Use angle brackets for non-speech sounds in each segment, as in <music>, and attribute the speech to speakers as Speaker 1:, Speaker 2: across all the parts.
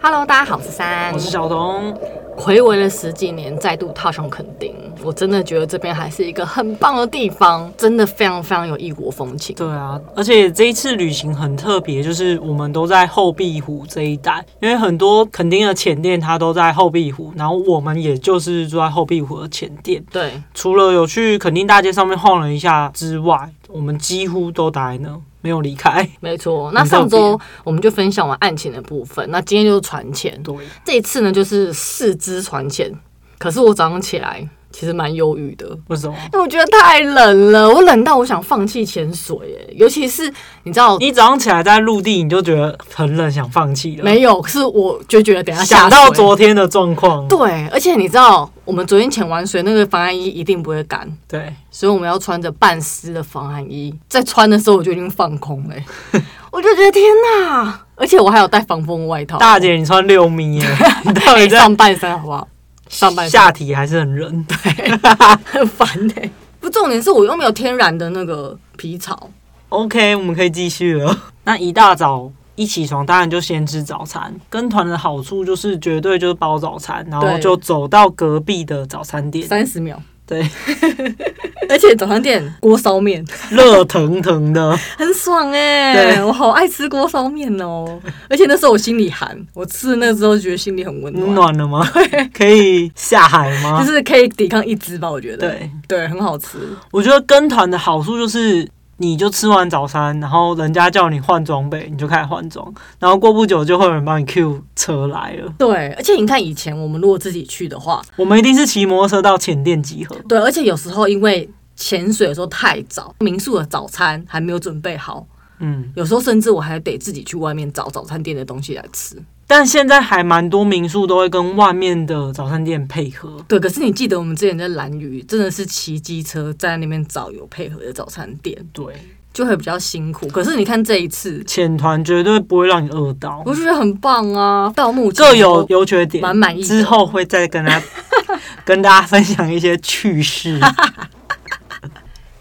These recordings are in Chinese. Speaker 1: Hello，大家好，我是三，
Speaker 2: 我是小童，
Speaker 1: 回违了十几年，再度踏上垦丁，我真的觉得这边还是一个很棒的地方，真的非常非常有异国风情。
Speaker 2: 对啊，而且这一次旅行很特别，就是我们都在后壁湖这一带，因为很多垦丁的前店它都在后壁湖，然后我们也就是住在后壁湖的前店。
Speaker 1: 对，
Speaker 2: 除了有去垦丁大街上面晃了一下之外，我们几乎都待在那，没有离开。 <laughs>
Speaker 1: 没错。那
Speaker 2: 很特
Speaker 1: 上
Speaker 2: 别
Speaker 1: 周我们就分享完案情的部分，那今天就是船前，
Speaker 2: 对，
Speaker 1: 这一次呢就是四肢船前。可是我早上起来其实蛮忧郁的，
Speaker 2: 为什么？
Speaker 1: 因为我觉得太冷了，我冷到我想放弃潜水耶，尤其是你知道。
Speaker 2: 你早上起来在陆地，你就觉得很冷，想放弃了。
Speaker 1: 没有，是我就觉得等一下下
Speaker 2: 想到
Speaker 1: 水
Speaker 2: 昨天的状况，
Speaker 1: 对，而且你知道，我们昨天潜完水，那个防寒衣一定不会干，
Speaker 2: 对，
Speaker 1: 所以我们要穿着半湿的防寒衣。在穿的时候，我就已经放空 <laughs> 了欸、我就觉得天哪！而且我还有带防风外套，
Speaker 2: 大姐你穿六米耶，你到底
Speaker 1: 哎
Speaker 2: 在
Speaker 1: 上半身好不好？ <laughs> 上半身
Speaker 2: 下体还是很冷？
Speaker 1: 很 <laughs> 烦哎、不，重点是我又没有天然的那个皮草，
Speaker 2: OK，我们可以继续
Speaker 1: <laughs>
Speaker 2: 了。那一大早一起床，当然就先吃早餐。跟团的好处就是绝对就是包早餐，然后
Speaker 1: 对
Speaker 2: 就走到隔壁的早餐店，
Speaker 1: 三十秒。
Speaker 2: 对，
Speaker 1: <laughs> 而且早餐店锅烧面
Speaker 2: 热腾腾的。
Speaker 1: <laughs> 很爽哎、
Speaker 2: 对
Speaker 1: 我好爱吃锅烧面哦。 <laughs> 而且那时候我心里寒，我吃了那之后觉得心里很温暖。
Speaker 2: 暖了吗？可以下海吗？
Speaker 1: 就是可以抵抗一只吧，我觉得。
Speaker 2: 啊对，
Speaker 1: 对，很好吃。
Speaker 2: 我觉得跟团的好处就是。你就吃完早餐，然后人家叫你换装备，你就开始换装，然后过不久就会有人帮你 Q 车来了。
Speaker 1: 对，而且你看以前我们如果自己去的话，
Speaker 2: 我们一定是骑摩托车到前店集合，
Speaker 1: 对，而且有时候因为潜水的时候太早，民宿的早餐还没有准备好，
Speaker 2: 嗯，
Speaker 1: 有时候甚至我还得自己去外面找早餐店的东西来吃。
Speaker 2: 但现在还蛮多民宿都会跟外面的早餐店配合。
Speaker 1: 对，可是你记得我们之前在兰屿，真的是骑机车在那边找有配合的早餐店，
Speaker 2: 对，
Speaker 1: 就会比较辛苦。可是你看这一次，
Speaker 2: 浅团绝对不会让你饿到，
Speaker 1: 我就觉得很棒啊！到目前
Speaker 2: 各有
Speaker 1: 我
Speaker 2: 优缺点，
Speaker 1: 蛮满意的
Speaker 2: 之后会再
Speaker 1: <laughs>
Speaker 2: 跟大家跟大家分享一些趣事。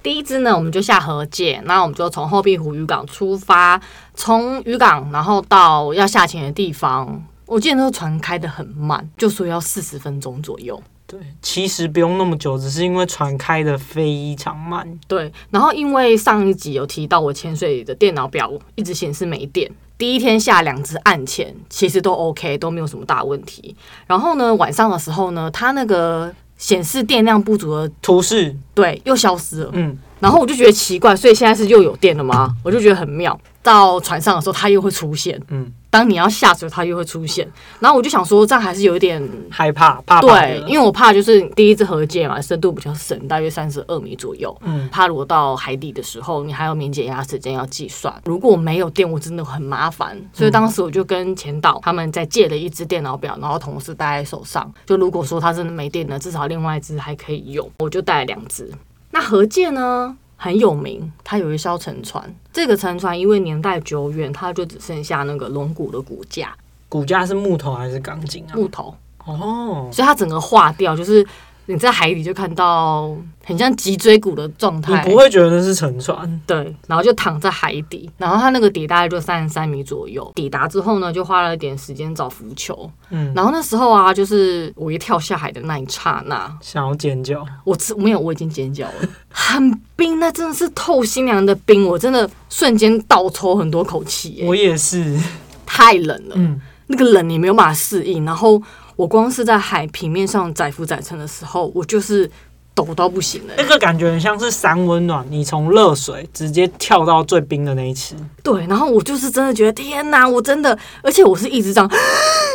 Speaker 1: 第一支呢，我们就下河界，那我们就从后壁湖渔港出发，从渔港然后到要下潜的地方。我记得那时候船开得很慢，就说要四十分钟左右。
Speaker 2: 对，其实不用那么久，只是因为船开的非常慢。
Speaker 1: 对，然后因为上一集有提到我潜水的电脑表一直显示没电，第一天下两只暗潜其实都 OK，都没有什么大问题。然后呢，晚上的时候呢，它那个显示电量不足的，
Speaker 2: 图示，
Speaker 1: 对，又消失了。
Speaker 2: 嗯，
Speaker 1: 然后我就觉得奇怪，所以现在是又有电了吗？我就觉得很妙。到船上的时候，它又会出现。
Speaker 2: 嗯，
Speaker 1: 当你要下水，它又会出现。然后我就想说，这样还是有一点
Speaker 2: 害怕，怕怕
Speaker 1: 对，
Speaker 2: 的。
Speaker 1: 因为我怕就是第一次河界嘛，深度比较深，大约三十二米左右。
Speaker 2: 嗯，
Speaker 1: 怕如果到海底的时候，你还有免解压时间要计算。如果没有电，我真的很麻烦。所以当时我就跟前导他们在借了一只电脑表，然后同时戴在手上。就如果说它真的没电了，至少另外一只还可以用。我就带了两只。那河界呢？很有名，它有一艘沉船。这个沉船因为年代久远，它就只剩下那个龙骨的骨架、
Speaker 2: 骨架是木头还是钢筋啊？
Speaker 1: 木头，
Speaker 2: 哦，
Speaker 1: 所以它整个化掉，就是你在海底就看到很像脊椎骨的状
Speaker 2: 你
Speaker 1: 态。
Speaker 2: 不会觉得那是沉船？
Speaker 1: 对，然后就躺在海底，然后它那个底大概就三十三米左右。抵达之后呢，就花了一点时间找浮球。
Speaker 2: 嗯，
Speaker 1: 然后那时候啊，就是我一跳下海的那一刹那，
Speaker 2: 想要尖叫，
Speaker 1: 我吃没有，我已经尖叫了， <laughs> 很冰，那真的是透心凉的冰，我真的瞬间倒抽很多口气耶、
Speaker 2: 我也是。
Speaker 1: 太冷了，
Speaker 2: 嗯，
Speaker 1: 那个冷你没有办法适应。然后我光是在海平面上载浮载沉的时候，我就是抖到不行了、
Speaker 2: 那个感觉很像是三温暖，你从热水直接跳到最冰的那一池，
Speaker 1: 对，然后我就是真的觉得天哪，我真的，而且我是一直这样 <gasps>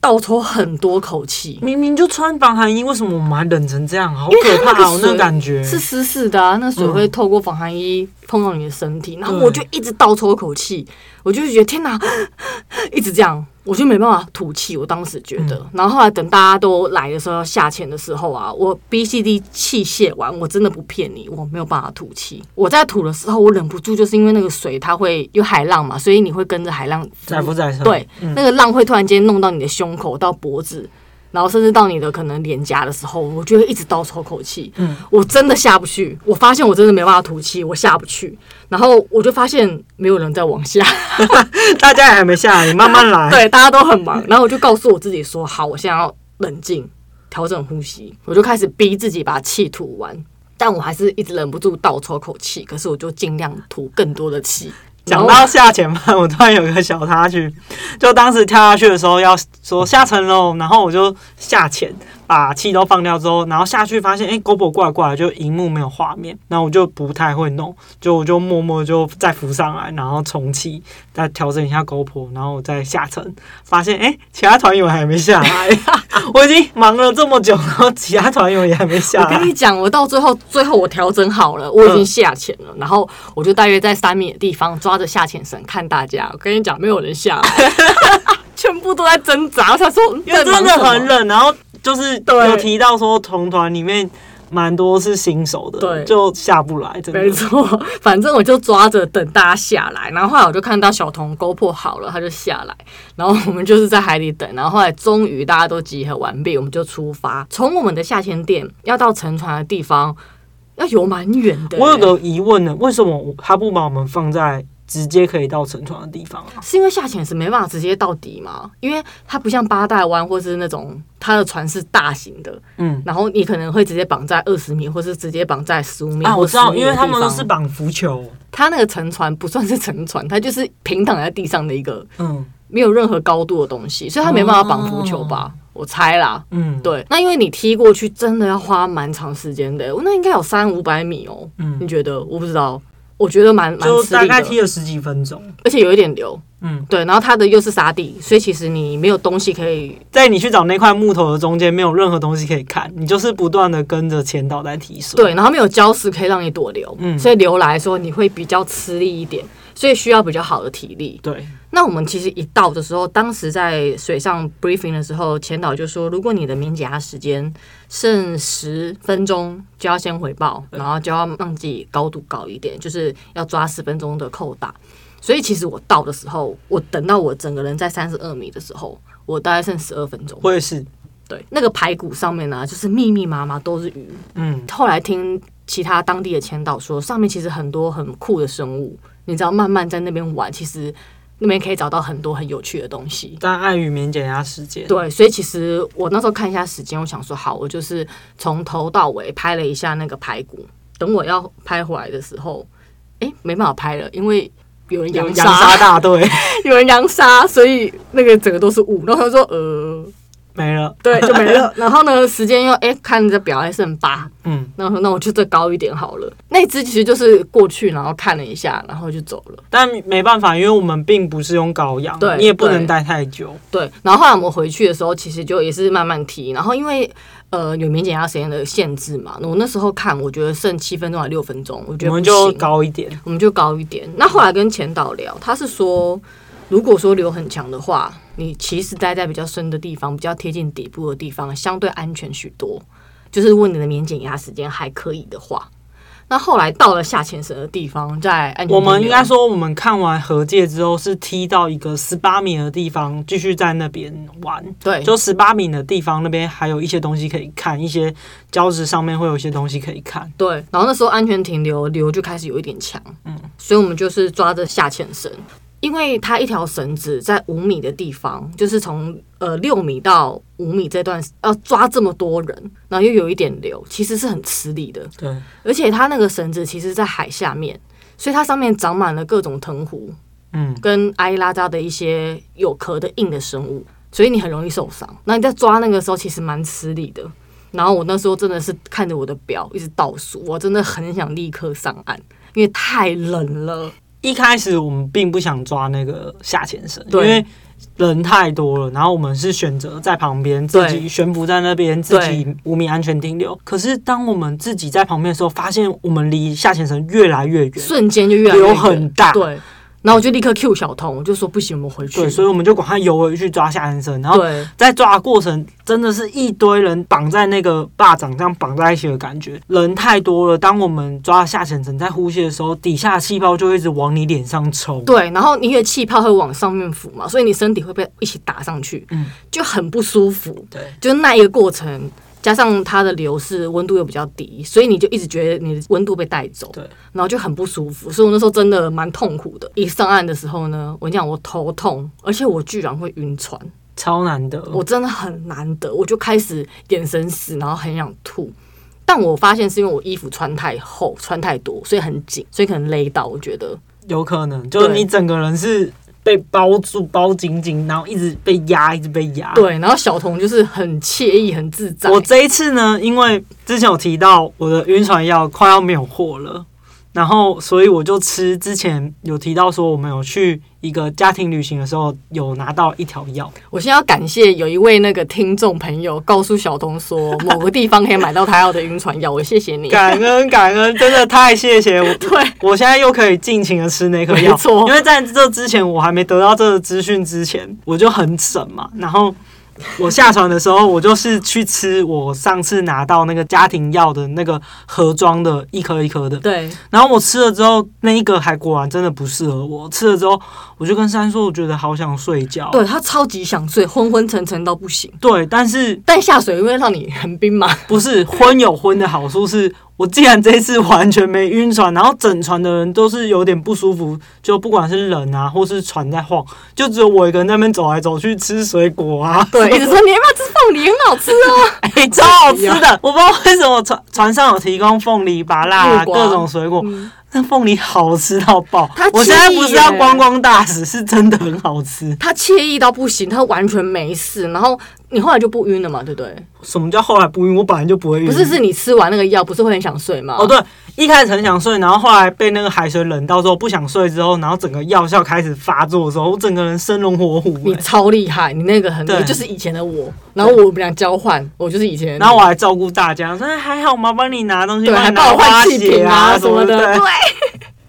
Speaker 1: 倒抽很多口气，
Speaker 2: 明明就穿防寒衣，为什么我们还冷成这样？好
Speaker 1: 因为
Speaker 2: 可
Speaker 1: 它
Speaker 2: 怕
Speaker 1: 那
Speaker 2: 哦
Speaker 1: 个，水
Speaker 2: 那感觉。
Speaker 1: 是湿湿的啊，那水
Speaker 2: 嗯
Speaker 1: 会透过防寒衣碰到你的身体，然后
Speaker 2: 对
Speaker 1: 我就一直倒抽口气，我就觉得天哪， <gasps> 一直这样，我就没办法吐气，我当时觉得。然后后来等大家都来的时候要下潜的时候啊，我 B C D 器械完，我真的不骗你，我没有办法吐气。我在吐的时候，我忍不住，就是因为那个水它会有海浪嘛，所以你会跟着海浪
Speaker 2: 载不载沉？嗯
Speaker 1: 对，那个浪会突然间弄到你的胸口到脖子，然后甚至到你的可能脸颊的时候，我就会一直倒抽口气，
Speaker 2: 嗯
Speaker 1: 我真的下不去。我发现我真的没办法吐气，我下不去。然后我就发现没有人在往下，
Speaker 2: 大家也还没下
Speaker 1: <laughs>
Speaker 2: 来，你慢慢来。
Speaker 1: 对，大家都很忙。然后我就告诉我自己说，好，我现在要冷静，调整呼吸。我就开始逼自己把气吐完。但我还是一直忍不住倒抽口气，可是我就尽量吐更多的气。然
Speaker 2: 讲
Speaker 1: 后
Speaker 2: 到下潜吧，我突然有个小插曲，就当时跳下去的时候要说下沉喽，然后我就下潜，把气都放掉之后，然后下去发现哎、g o p r o 挂挂，就荧幕没有画面，然后我就不太会弄，就我就默默就再浮上来，然后重气，再调整一下 GoPro，然后我再下沉，发现哎、其他团友还没下来，我已经忙了这么久，然后其他团友也还没下
Speaker 1: 我跟
Speaker 2: 来
Speaker 1: 你，讲，我到最后，最后我调整好了，我已经下潜了，然后我就大约在三米的地方抓着下潜绳看大家。我跟你讲，没有人下
Speaker 2: <laughs>
Speaker 1: 来，全部都在挣扎。他说嗯
Speaker 2: 因为真的很，冷，然后就是
Speaker 1: 对
Speaker 2: 有提到说同团里面蛮多是新手的，
Speaker 1: 对
Speaker 2: 就下不来，真
Speaker 1: 在忙什么没
Speaker 2: 的。
Speaker 1: 错，反正我就抓着等大家下来。然后后来我就看到小童勾破好了，他就下来，然后我们就是在海里等。然后后来终于大家都集合完毕，我们就出发，从我们的下潜点要到沉船的地方。要游蛮远的欸、
Speaker 2: 我有个疑问呢，为什么他不把我们放在直接可以到沉船的地方啊？
Speaker 1: 是因为下潜是没办法直接到底嘛，因为它不像八代湾或是那种它的船是大型的，
Speaker 2: 嗯。
Speaker 1: 然后你可能会直接绑在二十米，或是直接绑在十五米
Speaker 2: 啊，
Speaker 1: 或
Speaker 2: 我知道，
Speaker 1: 10米
Speaker 2: 因
Speaker 1: 的
Speaker 2: 为
Speaker 1: 地
Speaker 2: 他们都
Speaker 1: 方
Speaker 2: 是绑浮球，
Speaker 1: 它那个沉船不算是沉船，它就是平躺在地上的一个
Speaker 2: 嗯
Speaker 1: 没有任何高度的东西，所以它没办法绑浮球
Speaker 2: 啊
Speaker 1: 吧，我猜啦。
Speaker 2: 嗯，，
Speaker 1: 对，那因为你踢过去真的要花蛮长时间的、那应该有三五百米哦。你
Speaker 2: 嗯，
Speaker 1: 觉得？我不知道，我觉得蛮蛮
Speaker 2: 就
Speaker 1: 吃
Speaker 2: 大
Speaker 1: 力
Speaker 2: 概
Speaker 1: 的，
Speaker 2: 踢了十几分钟，
Speaker 1: 而且有一点流。
Speaker 2: 嗯，
Speaker 1: 对，然后它的又是沙地，所以其实你没有东西可以
Speaker 2: 在你去找那块木头的中间，没有任何东西可以看，你就是不断的跟着前导在提水，，
Speaker 1: 对，然后没有礁石可以让你躲流，
Speaker 2: 嗯
Speaker 1: 所以流来说你会比较吃力一点，所以需要比较好的体力。
Speaker 2: 对，
Speaker 1: 那我们其实一到的时候，当时在水上 briefing 的时候，前导就说，如果你的免解压时间剩十分钟，就要先回报，然后就要让自己高度高一点，就是要抓十分钟的扣打。所以其实我到的时候，我等到我整个人在三十二米的时候，我大概剩十二分钟。
Speaker 2: 我也是，
Speaker 1: 对，那个排骨上面呢、啊就是密密麻麻都是鱼，
Speaker 2: 嗯，
Speaker 1: 后来听其他当地的前导说，上面其实很多很酷的生物，你只要慢慢在那边玩，其实那边可以找到很多很有趣的东西。
Speaker 2: 但碍于免减压时间，
Speaker 1: 对，所以其实我那时候看一下时间，我想说好，我就是从头到尾拍了一下那个排骨。等我要拍回来的时候，诶，没办法拍了，因为有人
Speaker 2: 有
Speaker 1: 扬
Speaker 2: 扬沙
Speaker 1: 沙，
Speaker 2: 大队
Speaker 1: 有人扬沙，所以那个整个都是雾。然后他说呃，
Speaker 2: 没了，
Speaker 1: <laughs>
Speaker 2: <laughs>
Speaker 1: 对，就没了。然后呢，时间又诶，看着表还剩八，
Speaker 2: 嗯。
Speaker 1: 那我说那我就再高一点好了。那一只其实就是过去，然后看了一下，然后就走了。
Speaker 2: 但没办法，因为我们并不是用羔羊，
Speaker 1: 对
Speaker 2: 你也不
Speaker 1: 对
Speaker 2: 能待太久。
Speaker 1: 对，然后后来我们回去的时候，其实就也是慢慢踢。然后因为呃有免检查时间的限制嘛，我那时候看我觉得剩七分钟还六分钟，我觉得
Speaker 2: 我们
Speaker 1: 不
Speaker 2: 就
Speaker 1: 行
Speaker 2: 高一点，
Speaker 1: 我们就高一点。那后来跟前导聊，他是说，如果说流很强的话，你其实待在比较深的地方，比较贴近底部的地方，相对安全许多。就是如果你的免减压时间还可以的话，那后来到了下潜绳的地方，在安全
Speaker 2: 我们应该
Speaker 1: 说
Speaker 2: 说，我们看完河界之后是踢到一个十八米的地方，继续在那边玩。
Speaker 1: 对，
Speaker 2: 就十八米的地方，那边还有一些东西可以看，一些礁石上面会有一些东西可以看。
Speaker 1: 对，然后那时候安全停留，流就开始有一点强，嗯，所以我们就是抓着下潜绳，因为它一条绳子在五米的地方，就是从呃六米到五米这段要抓这么多人，然后又有一点流，其实是很吃力的，
Speaker 2: 对，
Speaker 1: 而且它那个绳子其实在海下面，所以它上面长满了各种藤壶
Speaker 2: 嗯，
Speaker 1: 跟埃拉扎的一些有壳的硬的生物，所以你很容易受伤。那你在抓那个时候其实蛮吃力的。然后我那时候真的是看着我的表一直倒数，我真的很想立刻上岸，因为太冷了。
Speaker 2: 一开始我们并不想抓那个下潜绳，因
Speaker 1: 对
Speaker 2: 为人太多了，然后我们是选择在旁边自己
Speaker 1: 对
Speaker 2: 悬浮在那边，自己五米安全停留。可是当我们自己在旁边的时候，发现我们离下潜绳越来越远，
Speaker 1: 瞬间就越来越
Speaker 2: 流
Speaker 1: 远
Speaker 2: 很大
Speaker 1: 对，然后我就立刻 Q 小童，我就说不行，我们回去。
Speaker 2: 对，所以我们就赶快游回去抓夏先生，然后
Speaker 1: 对
Speaker 2: 在抓的过程真的是一堆人绑在那个霸掌这样绑在一起的感觉，人太多了。当我们抓夏先生在呼吸的时候，底下的气泡就会一直往你脸上抽。
Speaker 1: 对，然后你的气泡会往上面浮嘛，所以你身体会被一起打上去，
Speaker 2: 嗯
Speaker 1: 就很不舒服。
Speaker 2: 对
Speaker 1: 就那一个过程，加上它的流逝温度又比较低，所以你就一直觉得你的温度被带走，
Speaker 2: 对，
Speaker 1: 然后就很不舒服。所以我那时候真的蛮痛苦的。一上岸的时候呢，我跟你讲我头痛，而且我居然会晕船，
Speaker 2: 超难得。
Speaker 1: 我真的很难得，我就开始眼神死，然后很想吐。但我发现是因为我衣服穿太厚、穿太多，所以很紧，所以可能勒到。我觉得
Speaker 2: 有可能就是你整个人是被包住、包紧紧，然后一直被压，一直被压。，
Speaker 1: 对。然后小童就是很惬意、很自在。
Speaker 2: 我这一次呢，因为之前有提到我的晕船药快要没有货了，然后所以我就吃之前有提到说我们有去一个家庭旅行的时候有拿到一条药，
Speaker 1: 我先要感谢有一位那个听众朋友告诉小东说某个地方可以买到他要的晕船药，我谢谢你。
Speaker 2: 感恩感恩，真的太谢谢我。
Speaker 1: 对
Speaker 2: 我现在又可以尽情的吃那颗
Speaker 1: 没
Speaker 2: 药，
Speaker 1: 错
Speaker 2: 因为在这之前我还没得到这个资讯之前，我就很省嘛。然后我下船的时候，我就是去吃我上次拿到那个家庭药的那个盒装的，一颗一颗的。
Speaker 1: 对，
Speaker 2: 然后我吃了之后，那一个还果然真的不适合我。吃了之后，我就跟珊说，我觉得好想睡觉。
Speaker 1: 对他超级想睡，昏昏沉沉到不行。
Speaker 2: 对，但是
Speaker 1: 但下水因为让你很冰嘛，
Speaker 2: 不是昏有昏的好处是，我既然这一次完全没晕船，然后整船的人都是有点不舒服，就不管是人啊，或是船在晃，就只有我一个人在那边走来走去吃水果啊，
Speaker 1: <laughs> 对，一直说你要不要吃凤梨，很好吃哦。
Speaker 2: 哎、超好吃的。我不知道为什么船船上有提供凤梨、芭乐、啊、
Speaker 1: 木瓜
Speaker 2: 各种水果，
Speaker 1: 嗯
Speaker 2: <laughs> 那凤梨好吃到爆
Speaker 1: 它。
Speaker 2: 我现在不是要
Speaker 1: 惬意耶
Speaker 2: 观光大使，是真的很好
Speaker 1: <laughs>
Speaker 2: 吃。
Speaker 1: 他惬意到不行，他完全没事。然后你后来就不晕了嘛，对不对？
Speaker 2: 什么叫后来不晕？我本来就不会晕。
Speaker 1: 不是，是你吃完那个药，不是会很想睡吗？
Speaker 2: 哦，对，一开始很想睡，然后后来被那个海水冷到之后不想睡之后，然后整个药效开始发作的时候，我整个人生龙活虎、
Speaker 1: 你
Speaker 2: 欸
Speaker 1: 超厉害，你那个很，
Speaker 2: 对
Speaker 1: 你就是以前的我。然后我们俩交换，我就是以前的你。
Speaker 2: 然后我还照顾大家，说哎还好吗？帮你拿东西，
Speaker 1: 对，
Speaker 2: 帮你
Speaker 1: 还
Speaker 2: 拿
Speaker 1: 帮我
Speaker 2: 花
Speaker 1: 换气
Speaker 2: 鞋
Speaker 1: 瓶啊
Speaker 2: 什
Speaker 1: 什么的，
Speaker 2: 对
Speaker 1: 对， <laughs>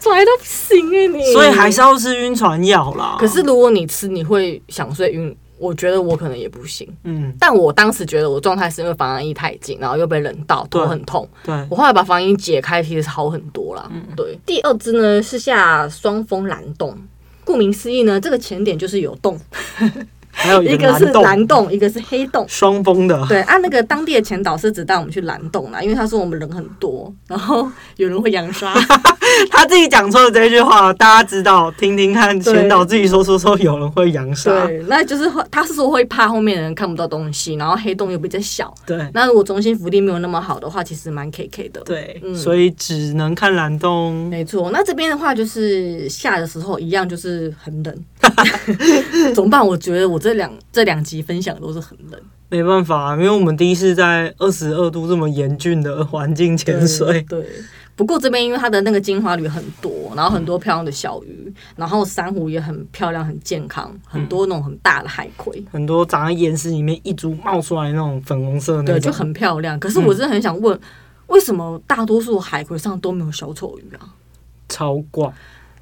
Speaker 1: 拽到不行哎你。
Speaker 2: 所以还是要吃晕船药啦。
Speaker 1: 可是如果你吃，你会想睡晕。我觉得我可能也不行，
Speaker 2: 嗯，
Speaker 1: 但我当时觉得我状态是因为防寒衣太紧，然后又被冷到，头
Speaker 2: 对
Speaker 1: 很痛。
Speaker 2: 对，嗯
Speaker 1: 我后来把防寒衣解开，其实是好很多啦。对，第二支呢是下双峰蓝洞，顾名思义呢，这个前点就是有洞，
Speaker 2: 还哦有
Speaker 1: 一
Speaker 2: 个
Speaker 1: 个是
Speaker 2: 洞，
Speaker 1: 蓝洞，一个是黑洞。
Speaker 2: 双峰的，
Speaker 1: 对，按、那个当地的前导师只带我们去蓝洞啦，因为他说我们人很多，然后有人会扬沙。
Speaker 2: 他自己讲错了这句话，大家知道，听听看，
Speaker 1: 对
Speaker 2: 前导自己说说说有人会扬沙，
Speaker 1: 对，那就是啊会，他是说会怕后面的人看不到东西，然后黑洞又比较小。
Speaker 2: 对
Speaker 1: 那如果中心浮力没有那么好的话，其实蛮 K K 的。，
Speaker 2: 对，
Speaker 1: 嗯
Speaker 2: 所以只能看蓝洞。
Speaker 1: 没错。那这边的话，就是下的时候一样，就是很 <laughs> 冷。怎么办？我觉得我这两这两集分享都是很冷。
Speaker 2: 没办法，因为我们第一次在二十二度这么严峻的环境潜水，
Speaker 1: <laughs> 对。对不过这边因为它的那个金花鱼很多，然后很多漂亮的小鱼，然后珊瑚也很漂亮、很健康，很多那种很大的海葵。
Speaker 2: 很多长在岩石里面一株冒出来那种粉红色的那
Speaker 1: 对，就
Speaker 2: 种，嗯
Speaker 1: 很漂亮。可是我真的很想问，为什么大多数海葵上都没有小丑鱼啊？
Speaker 2: 超广、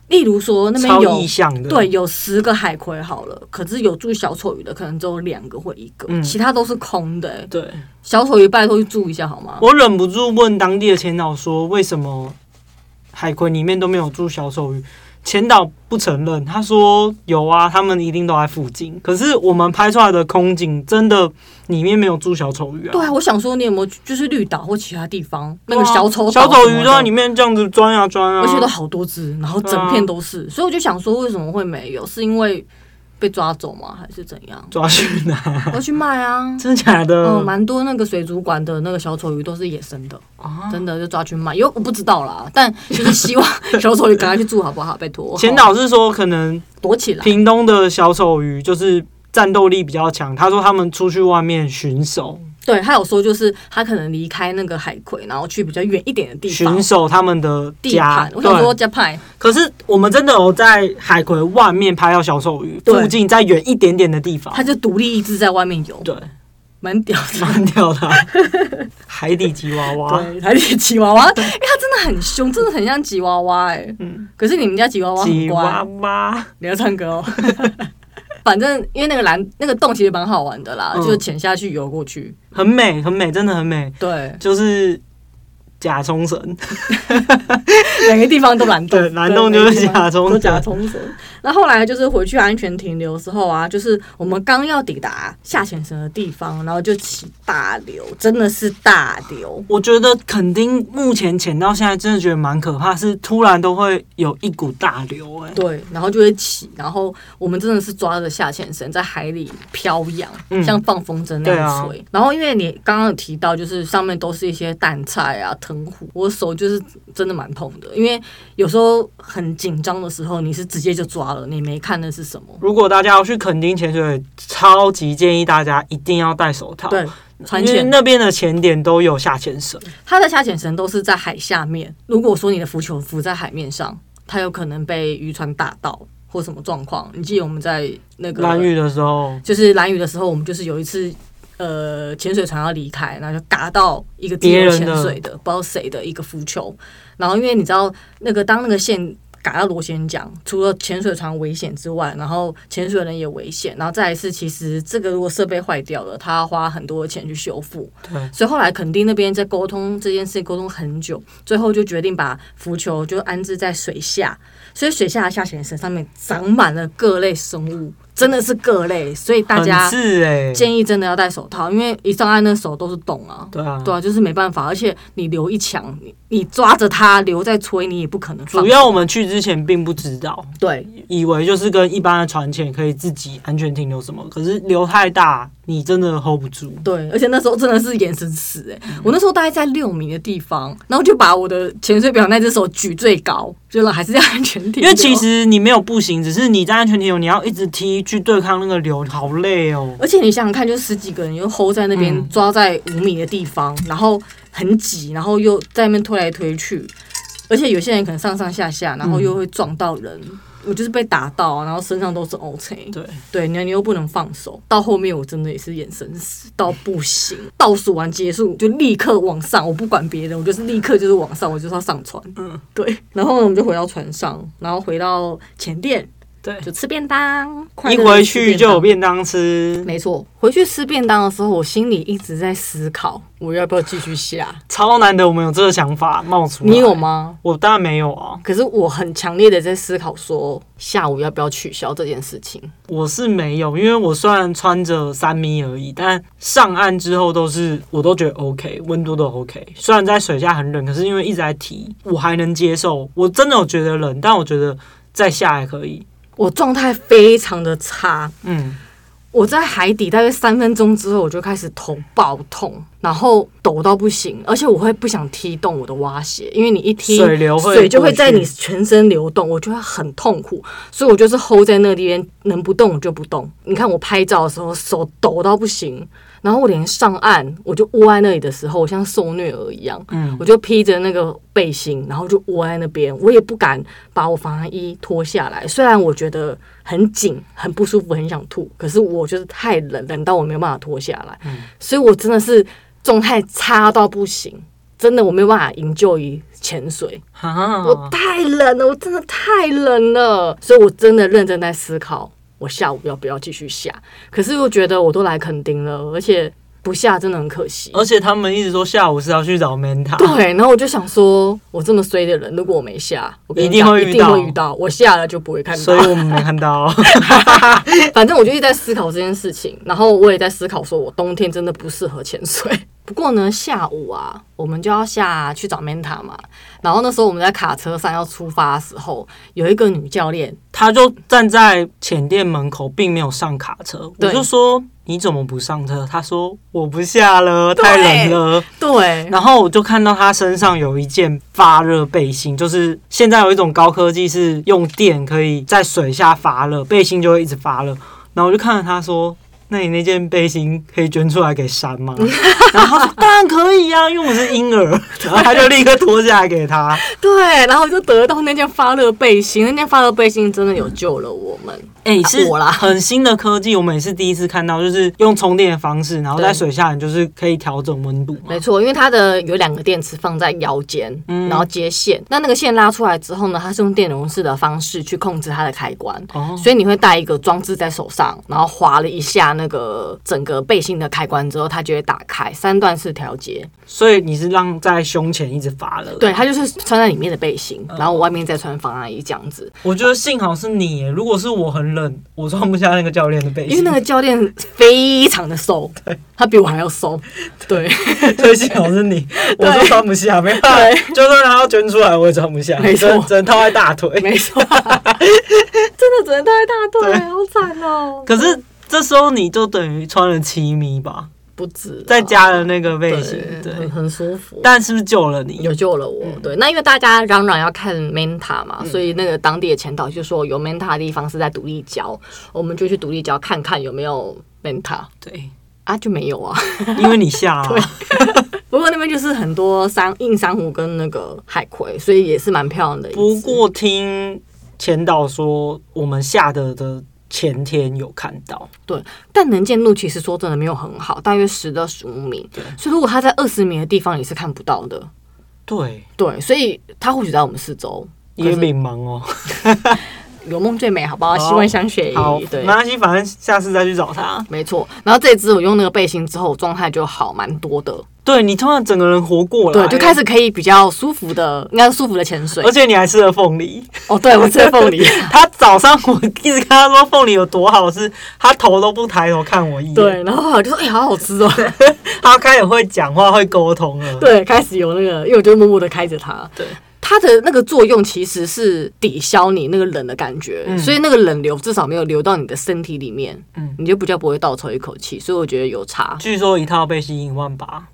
Speaker 1: 例如说那边
Speaker 2: 超
Speaker 1: 有
Speaker 2: 意象的。
Speaker 1: 对有十个海葵好了，可是有住小丑鱼的可能只有两个或一个，
Speaker 2: 嗯
Speaker 1: 其他都是空的欸、
Speaker 2: 对，
Speaker 1: 小丑鱼拜托去住一下好吗？
Speaker 2: 我忍不住问当地的前导说，为什么海葵里面都没有住小丑鱼？前导不承认，他说有啊，他们一定都在附近。可是我们拍出来的空景真的里面没有住小丑鱼啊。
Speaker 1: 对啊，我想说你有没有就是绿岛或其他地方那个
Speaker 2: 对啊
Speaker 1: 小丑
Speaker 2: 小
Speaker 1: 岛
Speaker 2: 丑
Speaker 1: 什
Speaker 2: 鱼
Speaker 1: 么
Speaker 2: 都在
Speaker 1: 的
Speaker 2: 里面这样子钻呀钻啊，？
Speaker 1: 而且都好多只，然后整片都是，所以我就想说为什么会没有？是因为被抓走吗？还是怎样
Speaker 2: 抓去哪？
Speaker 1: 我要去卖啊！
Speaker 2: 真的假的？
Speaker 1: 嗯，蛮多那个水族馆的那个小丑鱼都是野生的，
Speaker 2: 啊
Speaker 1: 真的就抓去卖，因为我不知道啦，但就是希望小丑鱼赶快去住好不好？拜
Speaker 2: <laughs>
Speaker 1: 托，
Speaker 2: 前导是说，可能
Speaker 1: 躲起来。
Speaker 2: 屏东的小丑鱼就是战斗力比较强。他说他们出去外面巡守，
Speaker 1: 对他有说，就是他可能离开那个海葵，然后去比较远一点的地方
Speaker 2: 巡守他们的
Speaker 1: 地
Speaker 2: 家
Speaker 1: 盘。。我想说
Speaker 2: 对，
Speaker 1: 加派，
Speaker 2: 可是我们真的有在海葵外面拍到小丑鱼，
Speaker 1: 对
Speaker 2: 附近再远一点点的地方
Speaker 1: 他。就独立一只在外面游，
Speaker 2: 对，
Speaker 1: 蛮屌的。
Speaker 2: 删掉它。 <laughs> 海底吉娃娃，
Speaker 1: 对，还是吉娃娃，因为它真的很凶，真的很像吉娃娃哎、
Speaker 2: 嗯，
Speaker 1: 可是你们家吉娃娃很
Speaker 2: 吉娃
Speaker 1: 乖，
Speaker 2: 娃，
Speaker 1: 你要唱歌哦。
Speaker 2: <laughs>
Speaker 1: 反正因为那个蓝那个洞其实蛮好玩的啦，
Speaker 2: 嗯
Speaker 1: 就是潜下去游过去。
Speaker 2: 很美，很美，真的很美，
Speaker 1: <laughs> 对，
Speaker 2: 就是甲虫神，
Speaker 1: 每个地方都蓝洞，
Speaker 2: 对，蓝洞就是甲
Speaker 1: 都
Speaker 2: 虫
Speaker 1: 是
Speaker 2: 神，
Speaker 1: 甲虫蛇。那后来就是回去安全停留的时候啊，就是我们刚要抵达下潜神的地方，然后就起大流，真的是大流。
Speaker 2: 我觉得垦丁目前潜到现在，真的觉得蛮可怕，是突然都会有一股大流、哎，
Speaker 1: 对，然后就会起，然后我们真的是抓着下潜绳在海里飘扬，
Speaker 2: 嗯
Speaker 1: 像放风筝那
Speaker 2: 对啊
Speaker 1: 样吹。然后因为你刚刚有提到，就是上面都是一些蛋菜啊、藤壶，我手就是真的蛮痛的，因为有时候很紧张的时候，你是直接就抓了，你没看那是什么。
Speaker 2: 如果大家要去垦丁潜水，超级建议大家一定要戴手套，
Speaker 1: 对，船
Speaker 2: 因为
Speaker 1: 潜，
Speaker 2: 那边的潜点都有下潜绳，
Speaker 1: 它的下潜绳都是在海下面。如果说你的浮球浮在海面上，它有可能被渔船打到或什么状况。你记得我们在那个
Speaker 2: 蓝雨的时候，
Speaker 1: 就是蓝雨的时候，我们就是有一次，呃，潜水船要离开，然后就嘎到一个自
Speaker 2: 别
Speaker 1: 由
Speaker 2: 人的
Speaker 1: 潜水的，不知道谁的一个浮球，然后因为你知道那个当那个线。嘎到螺旋桨，除了潜水船危险之外，然后潜水人也危险，然后再来是，其实这个如果设备坏掉了，他要花很多的钱去修复，
Speaker 2: 对，
Speaker 1: 所以后来垦丁那边在沟通这件事沟通很久，最后就决定把浮球就安置在水下，所以水下的下潜绳上面长满了各类生物，真的是各类，所以大
Speaker 2: 很
Speaker 1: 家
Speaker 2: 刺哎、
Speaker 1: 建议真的要戴手套，因为一上岸那手都是洞啊。
Speaker 2: 对啊，
Speaker 1: 对啊，就是没办法，而且你留一墙，你你抓着它留在吹，你也不可能放
Speaker 2: 主。要我们去之前并不知道，
Speaker 1: 对
Speaker 2: 以为就是跟一般的船潜可以自己安全停留什么，可是流太大，你真的 hold 不住。
Speaker 1: 对，而且那时候真的是眼神死哎、我那时候大概在六米的地方，然后就把我的潜水表那只手举最高，就是还是要安全停留。
Speaker 2: 因为其实你没有步行，只是你在安全停留，你要一直踢去对抗那个流，好累哦。
Speaker 1: 而且你想想看，就十几个人又 hold 在那边，
Speaker 2: 嗯
Speaker 1: 抓在五米的地方，然后很挤，然后又在那边推来推去，而且有些人可能上上下下，然后
Speaker 2: 嗯
Speaker 1: 又会撞到人。我就是被打到，然后身上都是 O K，
Speaker 2: 对，
Speaker 1: 对，你你又不能放手，到后面我真的也是眼神死到不行，倒数完结束就立刻往上，我不管别人，我就是立刻就是往上，我就是要上船，
Speaker 2: 嗯，
Speaker 1: 对，然后呢我们就回到船上，然后回到前店
Speaker 2: 对，
Speaker 1: 就吃便当，快
Speaker 2: 一
Speaker 1: 乐地
Speaker 2: 回
Speaker 1: 吃
Speaker 2: 去
Speaker 1: 便
Speaker 2: 就有
Speaker 1: 当
Speaker 2: 便当吃，
Speaker 1: 没错，回去吃便当的时候，我心里一直在思考，我要不要继续下？
Speaker 2: 超难得我们有这个想法冒出来。
Speaker 1: 你有？吗？
Speaker 2: 我当然没有啊，
Speaker 1: 可是我很强烈的在思考说，下午要不要取消这件事情？
Speaker 2: 我是没有，因为我虽然穿着三米而已，但上岸之后都是我都觉得 OK，温度都 OK。虽然在水下很冷，可是因为一直在提，我还能接受。我真的有觉得冷，但我觉得再下还可以。
Speaker 1: 我状态非常的差，
Speaker 2: 嗯，
Speaker 1: 我在海底大约三分钟之后，我就开始头爆痛，然后抖到不行，而且我会不想踢动我的蛙鞋，因为你一踢
Speaker 2: 水流会
Speaker 1: 水就会
Speaker 2: 过去
Speaker 1: 在你全身流动，我就会很痛苦，所以我就是 hold 在那个地方，能不动我就不动。你看我拍照的时候手抖到不行，然后我连上岸我就窝在那里的时候，我像受虐儿一样，
Speaker 2: 嗯
Speaker 1: 我就披着那个背心，然后就窝在那边，我也不敢把我防寒衣脱下来，虽然我觉得很紧、很不舒服、很想吐，可是我就是太冷，冷到我没有办法脱下来，所以我真的是状态差到不行。真的，我没有办法营救于潜水，我
Speaker 2: 哈，
Speaker 1: 太冷了，我真的太冷了，所以我真的认真在思考，我下午要不要继续下。可是又觉得我都来垦丁了，而且不下真的很可惜。
Speaker 2: 而且他们一直说下午是要去找 Manta，
Speaker 1: 对，然后我就想说，我这么衰的人，如果我没下，我跟你
Speaker 2: 一定
Speaker 1: 讲
Speaker 2: 会
Speaker 1: 一
Speaker 2: 遇
Speaker 1: 定
Speaker 2: 到
Speaker 1: 会遇到，我下了就不会看
Speaker 2: 所
Speaker 1: 到
Speaker 2: 以。我们没看到。
Speaker 1: <laughs> 反正我就一直在思考这件事情，然后我也在思考，说我冬天真的不适合潜水。 <laughs> 不过呢，下午啊，我们就要下去找 Manta 嘛。然后那时候我们在卡车上要出发的时候，有一个女教练，
Speaker 2: <laughs> 他就站在浅店门口，并没有上卡车。我
Speaker 1: 对
Speaker 2: 就说你怎么不上车？他说我不下了，太冷了。
Speaker 1: 对，
Speaker 2: 然后我就看到他身上有一件发热背心，就是现在有一种高科技是用电可以在水下发热，背心就会一直发热。然后我就看着他说：“那你那件背心可以捐出来给山吗？然后他说当然可以呀、因为我是婴儿。然后他就立刻脱下来给他。
Speaker 1: 对，然后我就得到那件发热背心，那件发热背心真的有救了我们。
Speaker 2: 哎、
Speaker 1: 是
Speaker 2: 是很新的科技，我们也是第一次看到，就是用充电的方式，然后在
Speaker 1: 对
Speaker 2: 水下你就是可以调整温度嘛。
Speaker 1: 没错，因为它的有两个电池放在腰间，然后接线。那那个线拉出来之后呢，它是用电容式的方式去控制它的开关，
Speaker 2: 哦
Speaker 1: 所以你会带一个装置在手上，然后划了一下那个整个背心的开关之后，它就会打开，三段式调节。
Speaker 2: 所以你是让在胸前一直发热。
Speaker 1: 对，它就是穿在里面的背心，然后我外面再穿防寒衣这样子。
Speaker 2: 我觉得幸好是你耶，如果是我很冷，我穿不下那个教练的背
Speaker 1: 因为
Speaker 2: 心，
Speaker 1: 那个教练非常的瘦，他比我还要瘦， <laughs> 对，
Speaker 2: 所以幸好
Speaker 1: <laughs>
Speaker 2: 是你，我就穿不下，没办法，就算他要捐出来，我也穿不下，
Speaker 1: 没错
Speaker 2: 只能只能套在大腿。
Speaker 1: 没错， <laughs> 真的只能带大队，好惨哦、
Speaker 2: 可是这时候你就等于穿了七米吧，
Speaker 1: 不止
Speaker 2: 再
Speaker 1: 啦
Speaker 2: 加了那个背
Speaker 1: 对
Speaker 2: 心，对
Speaker 1: 很，很舒服。嗯
Speaker 2: 但是不是救了你？
Speaker 1: 有救了我，对，那因为大家嚷嚷要看 Manta 嘛，所以那个当地的前导就说有 Manta 的地方是在独立礁，我们就去独立礁看看有没有 Manta
Speaker 2: 对，
Speaker 1: 啊，就没有啊。 <laughs>
Speaker 2: 因为你下了，
Speaker 1: 不过那边就是很多珊硬珊瑚跟那个海葵，所以也是蛮漂亮的一只。
Speaker 2: 不过听前导说，我们下的的前天有看到，
Speaker 1: 对，但能见度其实说真的没有很好，大约十到十五米，所以如果它在二十米的地方你是看不到的。
Speaker 2: 对，
Speaker 1: 对，所以它或许在我们四周。
Speaker 2: 也
Speaker 1: 可是
Speaker 2: 渺茫哦。
Speaker 1: 有梦最美，好不好？
Speaker 2: 好
Speaker 1: 希望相雪
Speaker 2: 哦好，
Speaker 1: 宜。对
Speaker 2: 没，关系，反正下次再去找他。
Speaker 1: 没错。然后这只我用那个背心之后，状态就好蛮多的。
Speaker 2: 对你突然整个人活过来，
Speaker 1: 对，就开，始可以比较舒服的，应该是舒服的潜水
Speaker 2: <laughs> 而。且你还吃了凤梨。
Speaker 1: <laughs> 哦，对，我吃了
Speaker 2: <laughs>
Speaker 1: 凤梨。
Speaker 2: 他早上我一直跟他说凤梨有多好吃，他头都不抬头看我一眼。，
Speaker 1: 对，然后后来我就说，哎、好好吃
Speaker 2: <laughs>
Speaker 1: 哦。
Speaker 2: 他开始会讲话，会沟通了。，
Speaker 1: 对，开始有那个，因为我就默默的开着它。
Speaker 2: 对。
Speaker 1: 它的那个作用其实是抵消你那个冷的感觉，所以那个冷流至少没有流到你的身体里面，
Speaker 2: 嗯
Speaker 1: 你就比较不会倒抽一口气，所以我觉得有差。
Speaker 2: 据说一套背心一万八，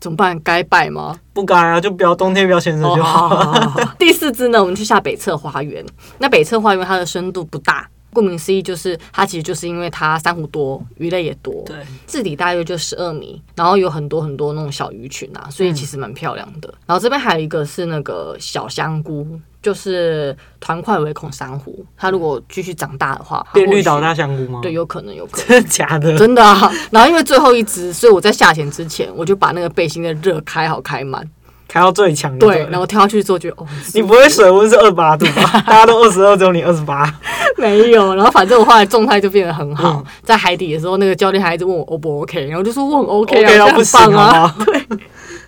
Speaker 1: 怎么办？该拜吗？
Speaker 2: 不该啊，就不要冬天不要潜水就好。
Speaker 1: 哦好好好 <laughs> 好第四支呢，我们去下北侧花园。那北侧花园它的深度不大，顾名思义就是它其实就是因为它珊瑚多，鱼类也多，
Speaker 2: 对，
Speaker 1: 自底大约就十二米，然后有很多很多那种小鱼群啊，所以
Speaker 2: 嗯
Speaker 1: 其实蛮漂亮的。然后这边还有一个是那个小香菇，就是团块围孔珊瑚，它如果继续长大的话，它
Speaker 2: <laughs> 变绿
Speaker 1: 或许
Speaker 2: 岛大香菇吗？
Speaker 1: 对，，有可能有可能。 <laughs>
Speaker 2: 真的 <laughs> 假的？
Speaker 1: 真的啊，然后因为最后一只，所以我在下潜之前，我就把那个背心的热开好开满，
Speaker 2: 开到最强的。
Speaker 1: 对，然后我跳下去之后觉得哦，
Speaker 2: 嗯 <laughs> 你不会水温是二八度
Speaker 1: <laughs>
Speaker 2: 吧？大家都二十二，只有你二十八。
Speaker 1: 没有，然后反正我后来状态就变得很好，
Speaker 2: 嗯
Speaker 1: 在海底的时候，那个教练还一直问我 O 不 OK，然后我就说我很 OK 啊，
Speaker 2: OK
Speaker 1: 我
Speaker 2: 到
Speaker 1: 很
Speaker 2: 不行
Speaker 1: 棒啊。
Speaker 2: 啊！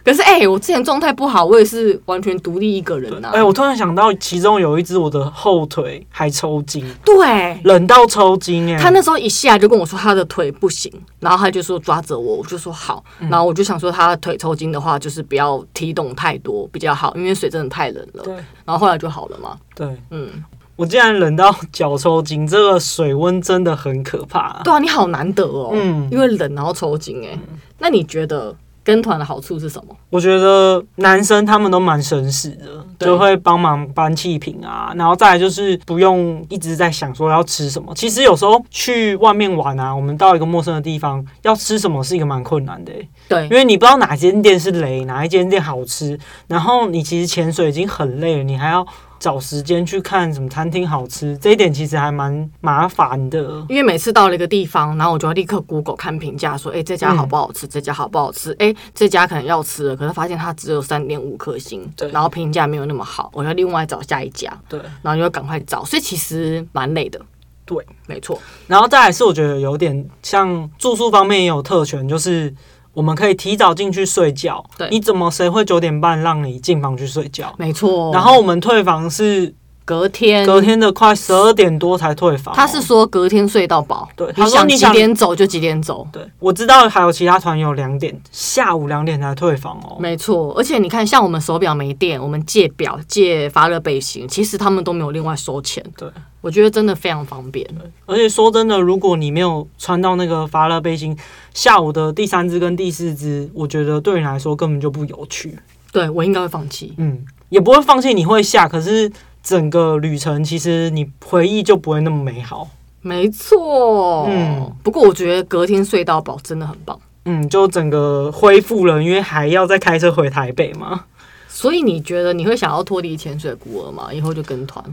Speaker 1: 可是哎、我之前状态不好，我也是完全独立一个人啊呐、
Speaker 2: <laughs> 哎，我突然想到，其中有一只我的后腿还抽筋，
Speaker 1: 对。
Speaker 2: 冷到抽筋哎。
Speaker 1: 他那时候一下就跟我说他的腿不行，然后他就说抓着我，我就说好，
Speaker 2: 嗯
Speaker 1: 然后我就想说他的腿抽筋的话，就是不要踢动太多比较好，因为水真的太冷了。
Speaker 2: 对
Speaker 1: 然后后来就好了嘛。
Speaker 2: 对，
Speaker 1: 嗯，
Speaker 2: 我竟然冷到脚抽筋，这个水温真的很可怕、
Speaker 1: 对啊，你好难得哦，
Speaker 2: 嗯
Speaker 1: 因为冷然后抽筋哎、那你觉得跟团的好处是什么？
Speaker 2: 我觉得男生他们都蛮绅士的，
Speaker 1: 对
Speaker 2: 就会帮忙搬气瓶啊，然后再来就是不用一直在想说要吃什么。其实有时候去外面玩啊，我们到一个陌生的地方要吃什么是一个蛮困难的欸、
Speaker 1: 对
Speaker 2: 因，为你不知道哪间店是雷，哪一间店好吃，然后你其实潜水已经很累了，你还要找时间去看什么餐厅好吃，这一点其实还蛮麻烦的。
Speaker 1: 因为每次到了一个地方，然后我就要立刻 Google 看评价，说，哎、这
Speaker 2: 嗯
Speaker 1: 家好不好吃？这家好不好吃？哎、这家可能要吃了，可是发现它只有三点五颗星，
Speaker 2: 对
Speaker 1: 然后评价没有那么好，我要另外找下一家，
Speaker 2: 对。
Speaker 1: 然后就要赶快找，所以其实蛮累的。
Speaker 2: 对，
Speaker 1: 没错，
Speaker 2: 然后再来是我觉得有点像住宿方面也有特权，就是我们可以提早进去睡觉。
Speaker 1: 对
Speaker 2: 你怎么谁会九点半让你进房去睡觉？
Speaker 1: 没错。
Speaker 2: 嗯
Speaker 1: 哦
Speaker 2: 然后我们退房是
Speaker 1: 隔天，
Speaker 2: 隔天的快十二点多才退房哦、
Speaker 1: 他是说隔天睡到饱，
Speaker 2: 对
Speaker 1: 你
Speaker 2: 他说
Speaker 1: 想
Speaker 2: 你
Speaker 1: 几
Speaker 2: 想
Speaker 1: 点走就几点走。
Speaker 2: 对，我知道还有其他团友两点，下午两点才退房哦。
Speaker 1: 没错，而且你看，像我们手表没电，我们借表、借发热背心，其实他们都没有另外收钱。
Speaker 2: 对，
Speaker 1: 我觉得真的非常方便。
Speaker 2: 而且说真的，如果你没有穿到那个发热背心，下午的第三支跟第四支，我觉得对你来说根本就不有趣。
Speaker 1: 对我应该会放弃。
Speaker 2: 嗯，也不会放弃你会下，可是整个旅程其实你回忆就不会那么美好。
Speaker 1: 没错，
Speaker 2: 嗯
Speaker 1: 嗯。不过我觉得隔天睡到饱真的很棒。
Speaker 2: 嗯，就整个恢复了，因为还要再开车回台北嘛。
Speaker 1: 所以你觉得你会想要脱离潜水孤儿吗？以后就跟团？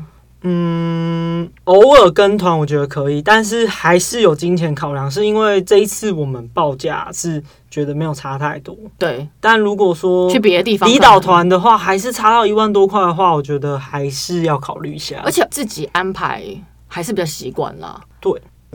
Speaker 2: 嗯，偶尔跟团我觉得可以，但是还是有金钱考量，是因为这一次我们报价是觉得没有差太多。
Speaker 1: 对，
Speaker 2: 但如果说
Speaker 1: 去别的地方。
Speaker 2: 离岛，团的话，还是差到一万多块的话，我觉得还是要考虑一下
Speaker 1: 而。且自己安排还是比较习惯啦。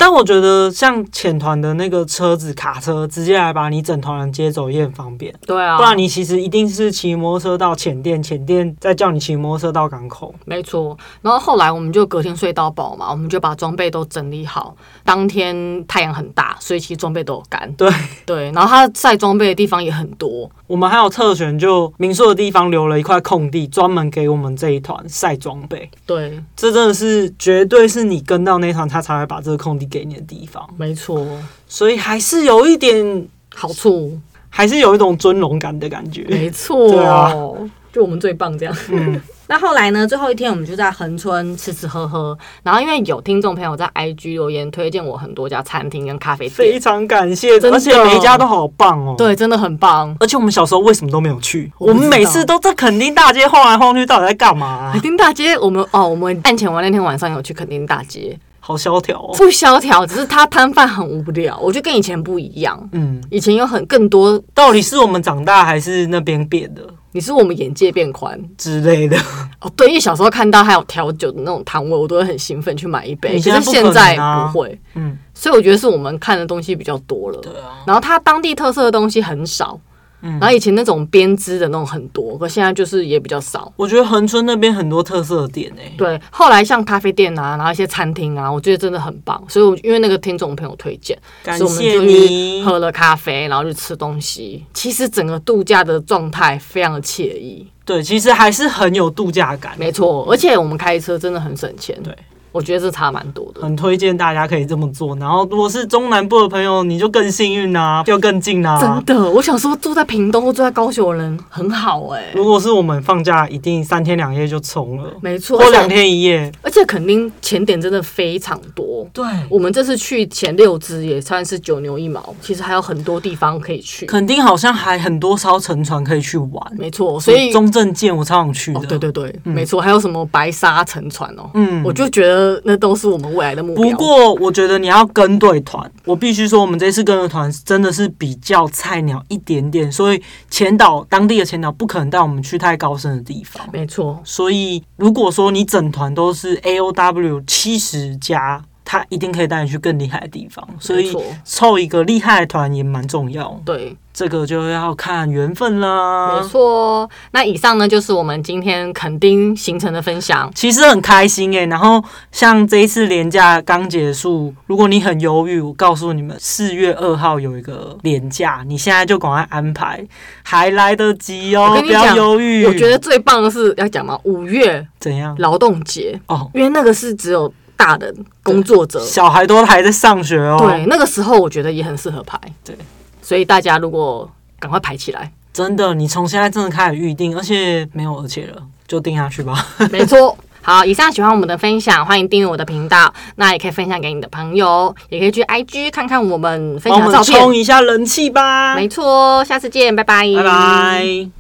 Speaker 2: 但我觉得像浅团的那个车子卡车，直接来把你整团人接走也很方便。
Speaker 1: 对啊，
Speaker 2: 不然你其实一定是骑摩托车到浅店，浅店再叫你骑摩托车到港口。
Speaker 1: 没错。然后后来我们就隔天睡到饱嘛，我们就把装备都整理好。当天太阳很大，所以其实装备都有干。
Speaker 2: 对
Speaker 1: 对，然后它晒装备的地方也很多。
Speaker 2: 我们还有特选就民宿的地方留了一块空地，专门给我们这一团晒装备。
Speaker 1: 对，
Speaker 2: 这真的是绝对是你跟到那一团，他才会把这个空地给你的地方。
Speaker 1: 没错，
Speaker 2: 所以还是有一点，
Speaker 1: 好处
Speaker 2: 还是有一种尊荣感的感觉。
Speaker 1: <laughs> 没错，
Speaker 2: 对啊
Speaker 1: 就我们最棒这样。
Speaker 2: 嗯，
Speaker 1: 那后来呢？最后一天我们就在恒春吃吃喝喝，然后因为有听众朋友在 IG 留言推荐我很多家餐厅跟咖啡
Speaker 2: 非
Speaker 1: 店，
Speaker 2: 常感谢，
Speaker 1: 真的
Speaker 2: 而且每一家都好棒哦。。
Speaker 1: 对，真的很棒。
Speaker 2: 而且我们小时候为什么都没有去？
Speaker 1: 我不
Speaker 2: 我
Speaker 1: 知道
Speaker 2: 们每次都在垦丁大街晃来晃去，到底在干嘛啊、
Speaker 1: 垦丁大街，我们哦，我们案前完那天晚上有去垦丁大街，
Speaker 2: 好萧条哦。
Speaker 1: 不萧条，只是它摊贩很无聊，我觉得跟以前不一样。
Speaker 2: 嗯，
Speaker 1: 以前有很更多，
Speaker 2: 到底是我们长大还是那边变的
Speaker 1: 你是我们眼界变宽
Speaker 2: 之类的？
Speaker 1: 哦。对，因为小时候看到还有调酒的那种摊位，我都会很兴奋去买一杯。
Speaker 2: 你
Speaker 1: 可
Speaker 2: 现在
Speaker 1: 是
Speaker 2: 不
Speaker 1: 现
Speaker 2: 可
Speaker 1: 在
Speaker 2: 能啊
Speaker 1: 不会，
Speaker 2: 嗯，
Speaker 1: 所以我觉得是我们看的东西比较多了。
Speaker 2: 啊，
Speaker 1: 然后它当地特色的东西很少，
Speaker 2: 嗯
Speaker 1: 然后以前那种编织的那种很多，可现在就是也比较少。
Speaker 2: 我觉得恒春那边很多特色欸点诶、
Speaker 1: 对，后来像咖啡店啊，然后一些餐厅啊，我觉得真的很棒。所以我因为那个听众朋友推荐，
Speaker 2: 感
Speaker 1: 所以我们
Speaker 2: 谢
Speaker 1: 就去
Speaker 2: 你。
Speaker 1: 喝了咖啡，然后去吃东西。其实整个度假的状态非常的惬意，
Speaker 2: 对，其实还是很有度假感，
Speaker 1: 没错。而且我们开车真的很省钱，
Speaker 2: 对，
Speaker 1: 我觉得这差蛮多的，
Speaker 2: 很推荐大家可以这么做。然后，如果是中南部的朋友，你就更幸运啦、就更近啊啦、
Speaker 1: 真的。我想说，住在屏东或住在高雄的人很好哎、
Speaker 2: 如果是我们放假，一定三天两夜就冲了，
Speaker 1: 没错，
Speaker 2: 或
Speaker 1: 而
Speaker 2: 两
Speaker 1: 且
Speaker 2: 天一夜。
Speaker 1: 而且肯定前点真的非常多，
Speaker 2: 对，
Speaker 1: 我们这次去前六支也算是九牛一毛，其实还有很多地方可以去。
Speaker 2: 垦丁好像还很多艘沉船可以去玩，
Speaker 1: 没错，所以
Speaker 2: 中正舰我超想去的。
Speaker 1: 哦，对对对，没错，还有什么白沙沉船哦，
Speaker 2: 嗯
Speaker 1: 我就觉得那都是我们未来的目
Speaker 2: 不
Speaker 1: 标。
Speaker 2: 过我觉得你要跟对团，我必须说，我们这次跟的团真的是比较菜鸟一点点，所以前导当地的前导不可能带我们去太高深的地方。
Speaker 1: 没错，
Speaker 2: 所以如果说你整团都是 A O W 七十加，他一定可以带你去更厉害的地方。所
Speaker 1: 没
Speaker 2: 以
Speaker 1: 错
Speaker 2: 凑一个厉害的团也蛮重要，
Speaker 1: 对，
Speaker 2: 这个就要看缘分啦。
Speaker 1: 没错。那以上呢就是我们今天垦丁行程的分享。
Speaker 2: 其实很开心诶、然后像这一次连假刚结束，如果你很犹豫，我告诉你们，四月二号有一个连假，你现在就赶快安排，还来得及
Speaker 1: 我
Speaker 2: 哦，
Speaker 1: 跟你
Speaker 2: 不要
Speaker 1: 讲
Speaker 2: 犹豫。
Speaker 1: 我觉得最棒的是要讲嘛，五月
Speaker 2: 怎样？
Speaker 1: 劳动节，
Speaker 2: 哦，
Speaker 1: 因为那个是只有大人工作者
Speaker 2: 小孩都还在上学哦，
Speaker 1: 对，那个时候我觉得也很适合排。
Speaker 2: 对，
Speaker 1: 所以大家如果赶快排起
Speaker 2: <laughs>
Speaker 1: 来，
Speaker 2: 真的，你从现在真的开始预定，而且没有而且了，就定下去吧。
Speaker 1: 没错。好，以上喜欢我们的分享，欢迎订阅我的频道。那也可以分享给你的朋友，也可以去 IG 看看我们分
Speaker 2: 帮
Speaker 1: 享
Speaker 2: 我
Speaker 1: 的照
Speaker 2: 们冲
Speaker 1: 片。
Speaker 2: 一下人气吧，
Speaker 1: 没错，下次见，拜拜，
Speaker 2: 拜拜。